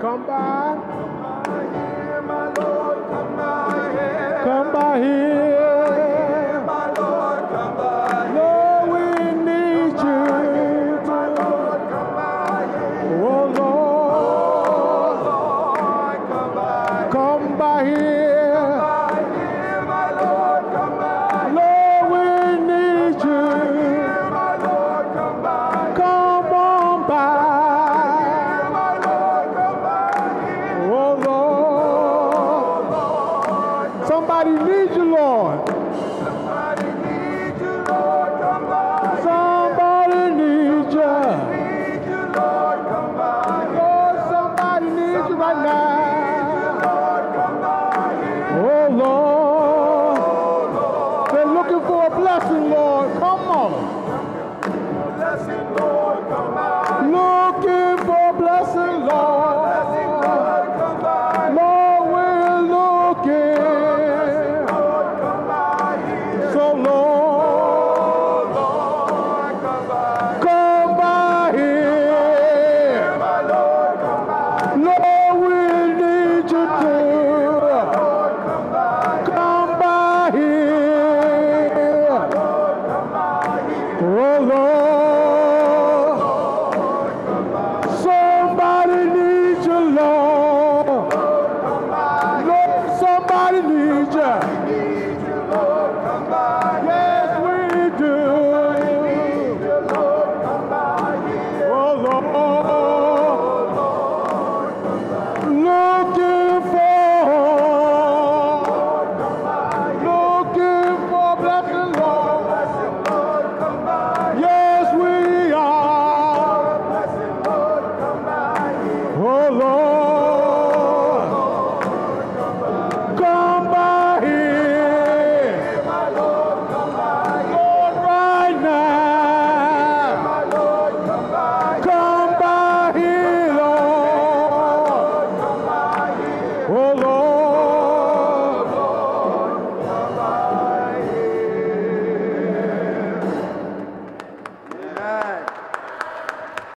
Come by, Come by here, my Lord, come by here. come by here.